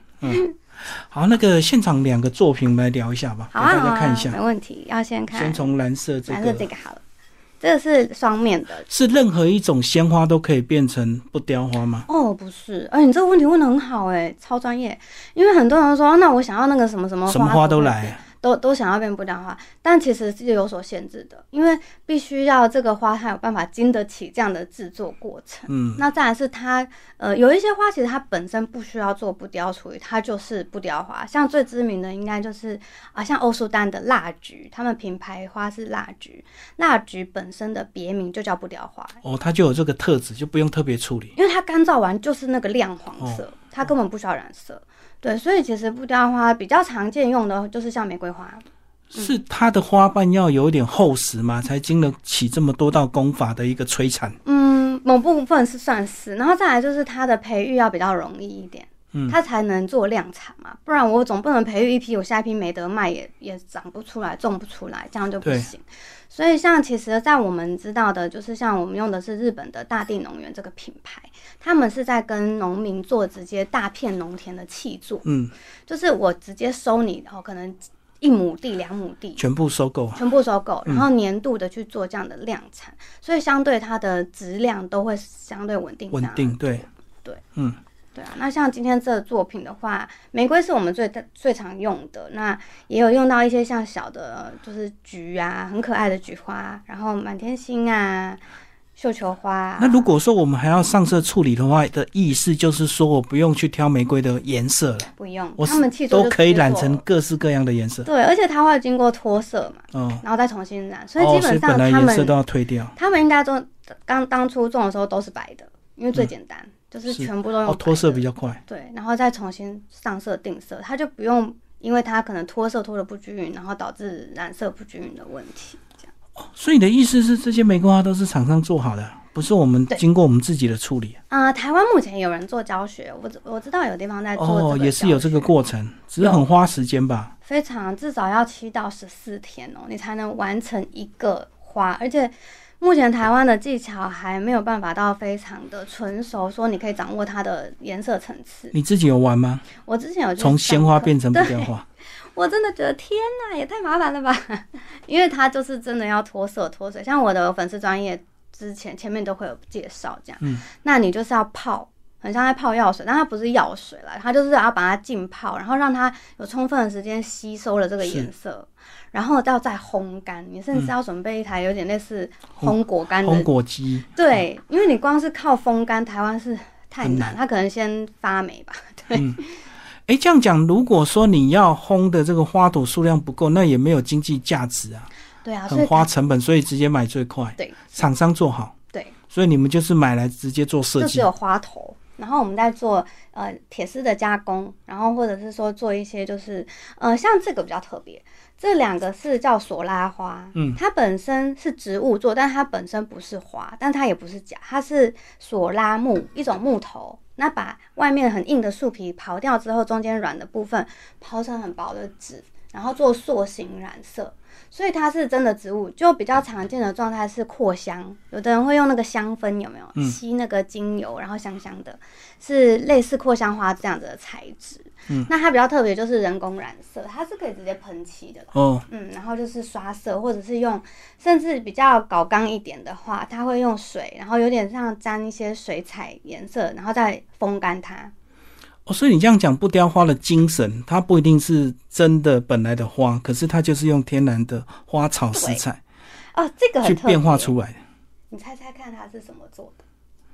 Speaker 1: 好，那个现场两个作品，我们来聊一下吧，
Speaker 2: 好啊，
Speaker 1: 给大
Speaker 2: 好
Speaker 1: 家看
Speaker 2: 啊
Speaker 1: 一，下。
Speaker 2: 没问题。要先看
Speaker 1: 先从蓝色这
Speaker 2: 蓝色
Speaker 1: 个，
Speaker 2: 这个好了，这个是双面的。
Speaker 1: 是任何一种鲜花都可以变成不雕花吗？
Speaker 2: 哦，不是，哎、你这个问题问的很好、哎，超专业。因为很多人说，那我想要那个什么什么花，
Speaker 1: 什么花都来，啊，
Speaker 2: 都都想要变不雕花，但其实是有所限制的，因为必须要这个花它有办法经得起这样的制作过程。
Speaker 1: 嗯，
Speaker 2: 那再来是它，呃，有一些花其实它本身不需要做不雕处理，它就是不雕花。像最知名的应该就是啊，像欧舒丹的蜡菊，他们品牌花是蜡菊，蜡菊本身的别名就叫不雕花，
Speaker 1: 哦，它就有这个特质，就不用特别处理。
Speaker 2: 因为它干燥完就是那个亮黄色，它根本不需要染色。对，所以其实不雕花比较常见用的就是像玫瑰花，嗯
Speaker 1: 是它的花瓣要有一点厚实嘛，才经得起这么多道功法的一个摧残。
Speaker 2: 嗯，某部分是算是，然后再来就是它的培育要比较容易一点。
Speaker 1: 嗯
Speaker 2: 它才能做量产嘛。不然我总不能培育一批，我下一批没得卖也，也长不出来，种不出来，这样就不
Speaker 1: 对
Speaker 2: 行。所以像其实，在我们知道的，就是像我们用的是日本的大地农园这个品牌，他们是在跟农民做直接大片农田的契作，
Speaker 1: 嗯，
Speaker 2: 就是我直接收你，然后可能一亩地、两亩地，
Speaker 1: 全部收购啊，
Speaker 2: 全部收购，然后年度的去做这样的量产，所以相对它的质量都会相对稳定。
Speaker 1: 稳定。对，
Speaker 2: 对，
Speaker 1: 嗯，
Speaker 2: 对啊。那像今天这个作品的话，玫瑰是我们最最常用的，那也有用到一些像小的，就是菊啊，很可爱的菊花，然后满天星啊，绣球花啊、
Speaker 1: 那如果说我们还要上色处理的话，的意思就是说我不用去挑玫瑰的颜色了，
Speaker 2: 不用，
Speaker 1: 我
Speaker 2: 他们气
Speaker 1: 都可以染
Speaker 2: 做
Speaker 1: 成
Speaker 2: 了
Speaker 1: 各式各样的颜色。
Speaker 2: 对，而且它会经过脱色嘛，
Speaker 1: 哦，
Speaker 2: 然后再重新染，所以
Speaker 1: 哦，
Speaker 2: 基
Speaker 1: 所以
Speaker 2: 本上
Speaker 1: 本来
Speaker 2: 他
Speaker 1: 颜
Speaker 2: 们、
Speaker 1: 色都要推掉。
Speaker 2: 他们应该种刚当初种的时候都是白的，因为最简单，就是
Speaker 1: 是
Speaker 2: 全部都用白
Speaker 1: 哦，
Speaker 2: 的
Speaker 1: 脱色比较快。
Speaker 2: 嗯对，然后再重新上色定色，它就不用因为它可能脱色脱的不均匀，然后导致染色不均匀的问题。这样
Speaker 1: 哦所以你的意思是，这些玫瑰花都是厂商做好的，不是我们
Speaker 2: 对
Speaker 1: 经过我们自己的处理。
Speaker 2: 啊、台湾目前有人做教学，我知我知道有地方哎在做这个
Speaker 1: 哦，也是有这个
Speaker 2: 教学
Speaker 1: 过程，只是很花时间吧。
Speaker 2: 非常至少要七到十四天哦，你才能完成一个花，而且。目前台湾的技巧还没有办法到非常的纯熟，说你可以掌握它的颜色层次。
Speaker 1: 你自己有玩吗？
Speaker 2: 我之前有去
Speaker 1: 从鲜花
Speaker 2: 上课
Speaker 1: 变成不
Speaker 2: 对
Speaker 1: 鲜 花，
Speaker 2: 我真的觉得天哪，也太麻烦了吧！因为它就是真的要脱色脱水，像我的粉丝专业之前前面都会有介绍这样，
Speaker 1: 嗯
Speaker 2: 那你就是要泡。很像在泡药水，但它不是药水啦，它就是要把它浸泡，然后让它有充分的时间吸收了这个
Speaker 1: 是
Speaker 2: 颜色，然后要再烘干。你甚至要准备一台有点类似烘果干的
Speaker 1: 红果机
Speaker 2: 对，因为你光是靠风干，台湾是太
Speaker 1: 很
Speaker 2: 难，它可能先发霉吧。
Speaker 1: 哎，这样讲，如果说你要烘的这个花朵数量不够，那也没有经济价值啊，
Speaker 2: 对啊，所
Speaker 1: 很
Speaker 2: 以
Speaker 1: 花成本，所以直接买最快。
Speaker 2: 对
Speaker 1: 厂商做好，
Speaker 2: 对，
Speaker 1: 所以你们就是买来直接做设
Speaker 2: 就只
Speaker 1: 计。
Speaker 2: 有花头，然后我们再做呃铁丝的加工，然后或者是说做一些就是呃像这个比较特别，这两个是叫索拉花，
Speaker 1: 嗯
Speaker 2: 它本身是植物做，但它本身不是花，但它也不是假，它是索拉木一种木头。那把外面很硬的树皮刨掉之后，中间软的部分刨成很薄的纸，然后做塑形染色，所以它是真的植物。就比较常见的状态是扩香，有的人会用那个香氛，有没有？
Speaker 1: 嗯
Speaker 2: 吸那个精油，然后香香的，是类似扩香花这样子的材质。
Speaker 1: 嗯，
Speaker 2: 那它比较特别就是人工染色，它是可以直接喷漆的啦。
Speaker 1: 哦，
Speaker 2: 嗯，然后就是刷色，或者是用，甚至比较搞刚一点的话，它会用水，然后有点像沾一些水彩颜色，然后再风干它。
Speaker 1: 哦，所以你这样讲，不雕花的精神，它不一定是真的本来的花，可是它就是用天然的花草食材
Speaker 2: 哦，这个
Speaker 1: 去
Speaker 2: 很特别
Speaker 1: 变化出来的。
Speaker 2: 你猜猜看它是什么做的？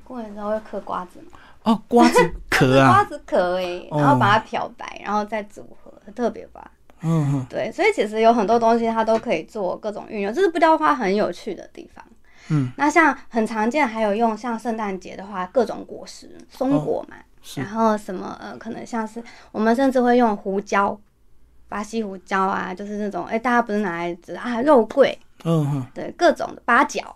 Speaker 2: 过年的时候会嗑瓜子吗？
Speaker 1: 哦，瓜子壳
Speaker 2: 瓜
Speaker 1: 啊，
Speaker 2: 子壳诶、
Speaker 1: 哦
Speaker 2: 然后把它漂白，然后再组合，很特别吧？
Speaker 1: 嗯，嗯
Speaker 2: 对，所以其实有很多东西它都可以做各种运用，这是不雕花很有趣的地方。
Speaker 1: 嗯，
Speaker 2: 那像很常见，还有用像圣诞节的话，各种果实，松果嘛，
Speaker 1: 哦是
Speaker 2: 然后什么呃，可能像是我们甚至会用胡椒，巴西胡椒啊，就是那种哎、大家不是拿来吃啊，肉桂，
Speaker 1: 嗯
Speaker 2: 对，各种的八角，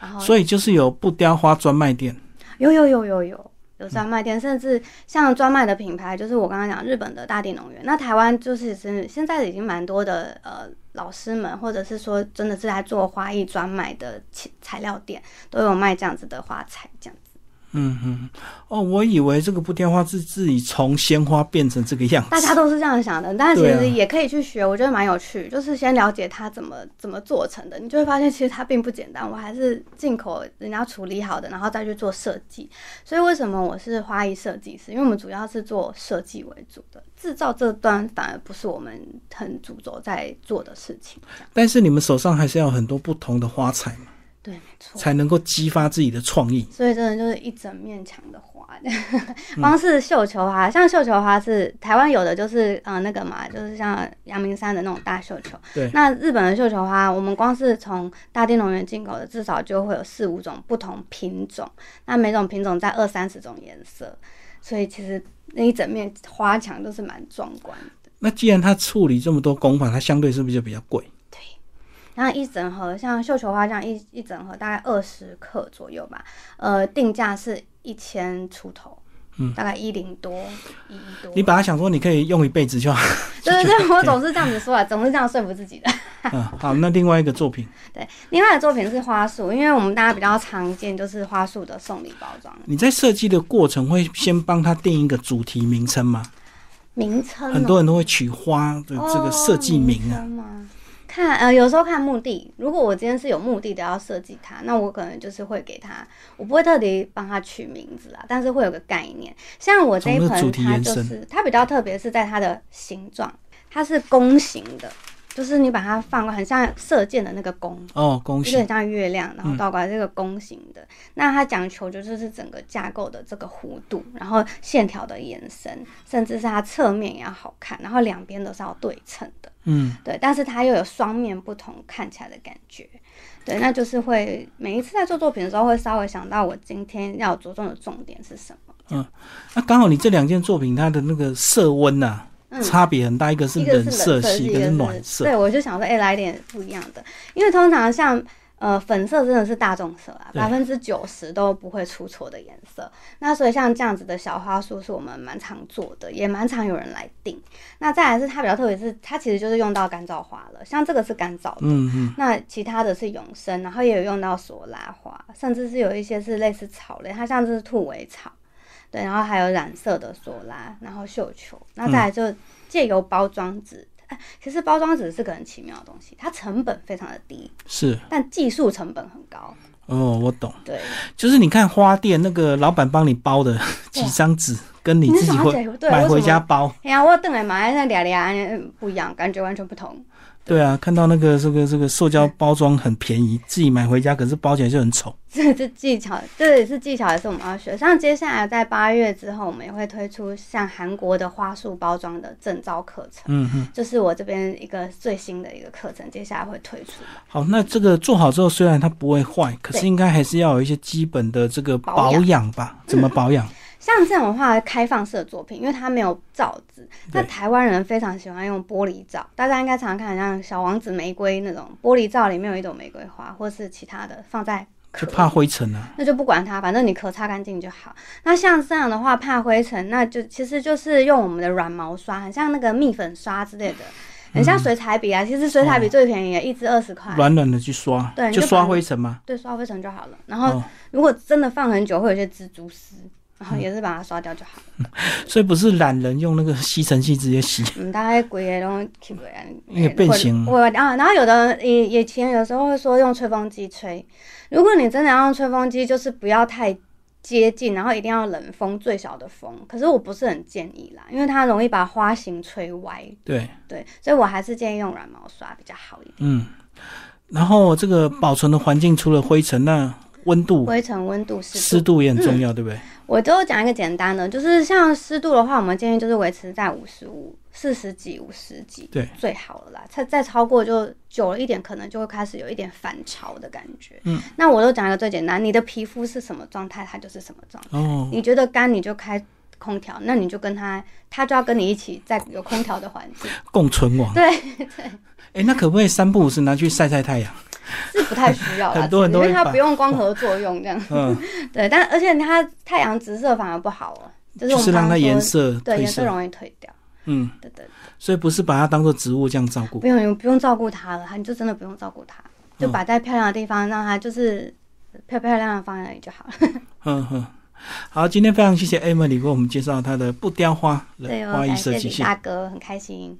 Speaker 2: 然
Speaker 1: 嗯，
Speaker 2: 后
Speaker 1: 所以就是有不雕花专卖店，
Speaker 2: 有有有有有有专卖店，甚至像专卖的品牌，就是我刚刚讲日本的大地农园。那台湾就是是现在已经蛮多的呃老师们，或者是说真的是在做花艺专卖的材材料店，都有卖这样子的花材，这样子。
Speaker 1: 嗯嗯，哦，我以为这个不雕花是自己从鲜花变成这个样
Speaker 2: 大
Speaker 1: 子，
Speaker 2: 家都是这样想的，但是其
Speaker 1: 对啊
Speaker 2: 实也可以去学，我觉得蛮有趣，就是先了解它怎么怎么做成的，你就会发现其实它并不简单。我还是进口人家处理好的，然后再去做设计。所以为什么我是花艺设计师？因为我们主要是做设计为主的，制造这端反而不是我们很主轴在做的事情。这样
Speaker 1: 但是你们手上还是要有很多不同的花材嘛，
Speaker 2: 对，没错。
Speaker 1: 才能够激发自己的创意。
Speaker 2: 所以真的就是一整面墙的花，光是绣球花，像绣球花是台湾有的就是呃那个嘛，就是像阳明山的那种大绣球。
Speaker 1: 对
Speaker 2: 那日本的绣球花，我们光是从大地农园进口的，至少就会有四五种不同品种，那每种品种在二三十种颜色，所以其实那一整面花墙都是蛮壮观的。
Speaker 1: 那既然它处理这么多工法，它相对是不是就比较贵？
Speaker 2: 然后一整盒像绣球花这样一一整盒大概二十克左右吧，呃，定价是一千出头。嗯，大概一零多，一一多。
Speaker 1: 你把它想说你可以用一辈子就 好。
Speaker 2: 对对对，我总是这样子说啊，总是这样说服自己的。
Speaker 1: 嗯，好，那另外一个作品，
Speaker 2: 对，另外的作品是花束，因为我们大家比较常见就是花束的送礼包装
Speaker 1: 你在设计的过程会先帮它定一个主题名称吗？
Speaker 2: 名称哦、
Speaker 1: 很多人都会取花的这个设计名啊
Speaker 2: 哦。名称吗看呃，有时候看目的。如果我今天是有目的的要设计它，那我可能就是会给它，我不会特地帮它取名字啊，但是会有个概念。像我这一
Speaker 1: 从这主
Speaker 2: 盆，
Speaker 1: 题
Speaker 2: 它
Speaker 1: 延
Speaker 2: 就
Speaker 1: 伸
Speaker 2: 是它比较特别，是在它的形状，它是弓形的，就是你把它放，很像射箭的那个弓，
Speaker 1: 哦，恭
Speaker 2: 有点
Speaker 1: 喜！
Speaker 2: 像月亮，然后倒过来这个弓形的。那它讲求就是是整个架构的这个弧度，然后线条的延伸，甚至是它侧面也要好看，然后两边都是要对称的。
Speaker 1: 嗯，
Speaker 2: 对，但是它又有双面不同看起来的感觉。对，那就是会每一次在做作品的时候，会稍微想到我今天要着重的重点是什么。
Speaker 1: 那刚好你这两件作品，它的那个色温呐、
Speaker 2: 嗯
Speaker 1: 差别很大，一个是
Speaker 2: 一个
Speaker 1: 冷
Speaker 2: 是
Speaker 1: 色
Speaker 2: 冷色
Speaker 1: 系，一个是
Speaker 2: 是
Speaker 1: 暖色。
Speaker 2: 对，我就想说，哎、来点不一样的，因为通常像呃粉色真的是大众色啊，
Speaker 1: 对
Speaker 2: 百分之九十都不会出错的颜色。那所以像这样子的小花束是我们蛮常做的，也蛮常有人来订。那再来是它比较特别是，它其实就是用到干燥花了，像这个是干燥的，
Speaker 1: 嗯嗯，
Speaker 2: 那其他的是永生，然后也有用到索拉花，甚至是有一些是类似草类，它像是兔尾草，对，然后还有染色的索拉，然后绣球，那再来就借由包装纸。哎，其实包装纸是个很奇妙的东西，它成本非常的低，
Speaker 1: 是
Speaker 2: 但技术成本很高。
Speaker 1: 哦，我懂。
Speaker 2: 对，
Speaker 1: 就是你看花店那个老板帮你包的几张纸，跟你自己
Speaker 2: 你是想要
Speaker 1: 回
Speaker 2: 解对
Speaker 1: 买
Speaker 2: 为什
Speaker 1: 回
Speaker 2: 么
Speaker 1: 家包。
Speaker 2: 哎呀，我等来买那俩俩嗯不一样，感觉完全不同。
Speaker 1: 对啊，看到那个这个这个塑胶包装很便宜，自己买回家，可是包起来就很丑。
Speaker 2: 这这技巧，这也是技巧，也是我们要学。像接下来在八月之后，我们也会推出像韩国的花束包装的证照课程。
Speaker 1: 嗯嗯，
Speaker 2: 就是我这边一个最新的一个课程，接下来会推出
Speaker 1: 好，那这个做好之后，虽然它不会坏，可是
Speaker 2: 对
Speaker 1: 应该还是要有一些基本的这个
Speaker 2: 保
Speaker 1: 保
Speaker 2: 养
Speaker 1: 养 吧？怎么保养？
Speaker 2: 像这种的话，开放式的作品，因为它没有罩子。那
Speaker 1: 对
Speaker 2: 台湾人非常喜欢用玻璃罩，大家应该常看像小王子玫瑰那种玻璃罩，里面有一朵玫瑰花，或是其他的放在壳
Speaker 1: 就怕灰尘啊。
Speaker 2: 那就不管它，反正你壳擦干净就好。那像这样的话，怕灰尘，那就其实就是用我们的软毛刷，很像那个蜜粉刷之类的，很像水彩笔啊。其实水彩笔最便宜，一支二十
Speaker 1: 嗯
Speaker 2: 块，
Speaker 1: 哦软软的去刷，
Speaker 2: 对
Speaker 1: 哎就
Speaker 2: 就
Speaker 1: 刷
Speaker 2: 把
Speaker 1: 灰尘吗？
Speaker 2: 对，刷灰尘就好了。然后
Speaker 1: 哦，嗯
Speaker 2: 如果真的放很久，会有一些蜘蛛丝，然后也是把它刷掉就好。
Speaker 1: 所以不是懒人用那个 吸尘器直接吸，
Speaker 2: 嗯，大概鬼也拢 keep 来，
Speaker 1: 因为变形
Speaker 2: 我啊，然后有的人也也前有时候会说用吹风机吹，如果你真的要用吹风机，就是不要太接近，然后一定要冷风最小的风。可是我不是很建议啦，因为它容易把花型吹歪。
Speaker 1: 对，
Speaker 2: 对，所以我还是建议用软毛刷比较好一点。
Speaker 1: 嗯。然后这个保存的环境除了灰尘，那温度、
Speaker 2: 灰尘、温度、湿
Speaker 1: 湿度也很重要，对不对？
Speaker 2: 我都讲一个简单的，就是像湿度的话，我们建议就是维持在五十五、四十几、五十几，
Speaker 1: 对，
Speaker 2: 最好了啦。再再超过就久了一点，可能就会开始有一点反潮的感觉。
Speaker 1: 嗯，
Speaker 2: 那我都讲一个最简单，你的皮肤是什么状态，它就是什么状态。
Speaker 1: 哦，
Speaker 2: 你觉得干，你就开空调，那你就跟它，它就要跟你一起在有空调的环境，
Speaker 1: 共存网。
Speaker 2: 对
Speaker 1: 哎，那可不可以三不五时拿去晒晒太阳？
Speaker 2: 是不太需要 啦，
Speaker 1: 很多人都
Speaker 2: 因
Speaker 1: 会
Speaker 2: 为它
Speaker 1: 把
Speaker 2: 不用光合作用这样。
Speaker 1: 嗯，
Speaker 2: 对，但而且它太阳直射反而不好哦，就是
Speaker 1: 就
Speaker 2: 我
Speaker 1: 是
Speaker 2: 们
Speaker 1: 让
Speaker 2: 刚
Speaker 1: 它
Speaker 2: 刚
Speaker 1: 颜
Speaker 2: 说，
Speaker 1: 色
Speaker 2: 对
Speaker 1: 褪
Speaker 2: 颜色
Speaker 1: 色。
Speaker 2: 容易褪掉。
Speaker 1: 嗯，
Speaker 2: 对对。
Speaker 1: 所以不是把它当做植物这样照顾
Speaker 2: 不。用，不用照顾它了，你就真的不用照顾它，就
Speaker 1: 嗯
Speaker 2: 摆在漂亮的地方，让它就是漂漂亮亮地放在那里就好了。
Speaker 1: 嗯哼。好，今天非常谢谢 Emily 为我们介绍她的不雕花
Speaker 2: 对
Speaker 1: 冷
Speaker 2: 哦，
Speaker 1: 花艺
Speaker 2: 感
Speaker 1: 设
Speaker 2: 谢
Speaker 1: 计
Speaker 2: 李
Speaker 1: 系。
Speaker 2: 大哥，很开心。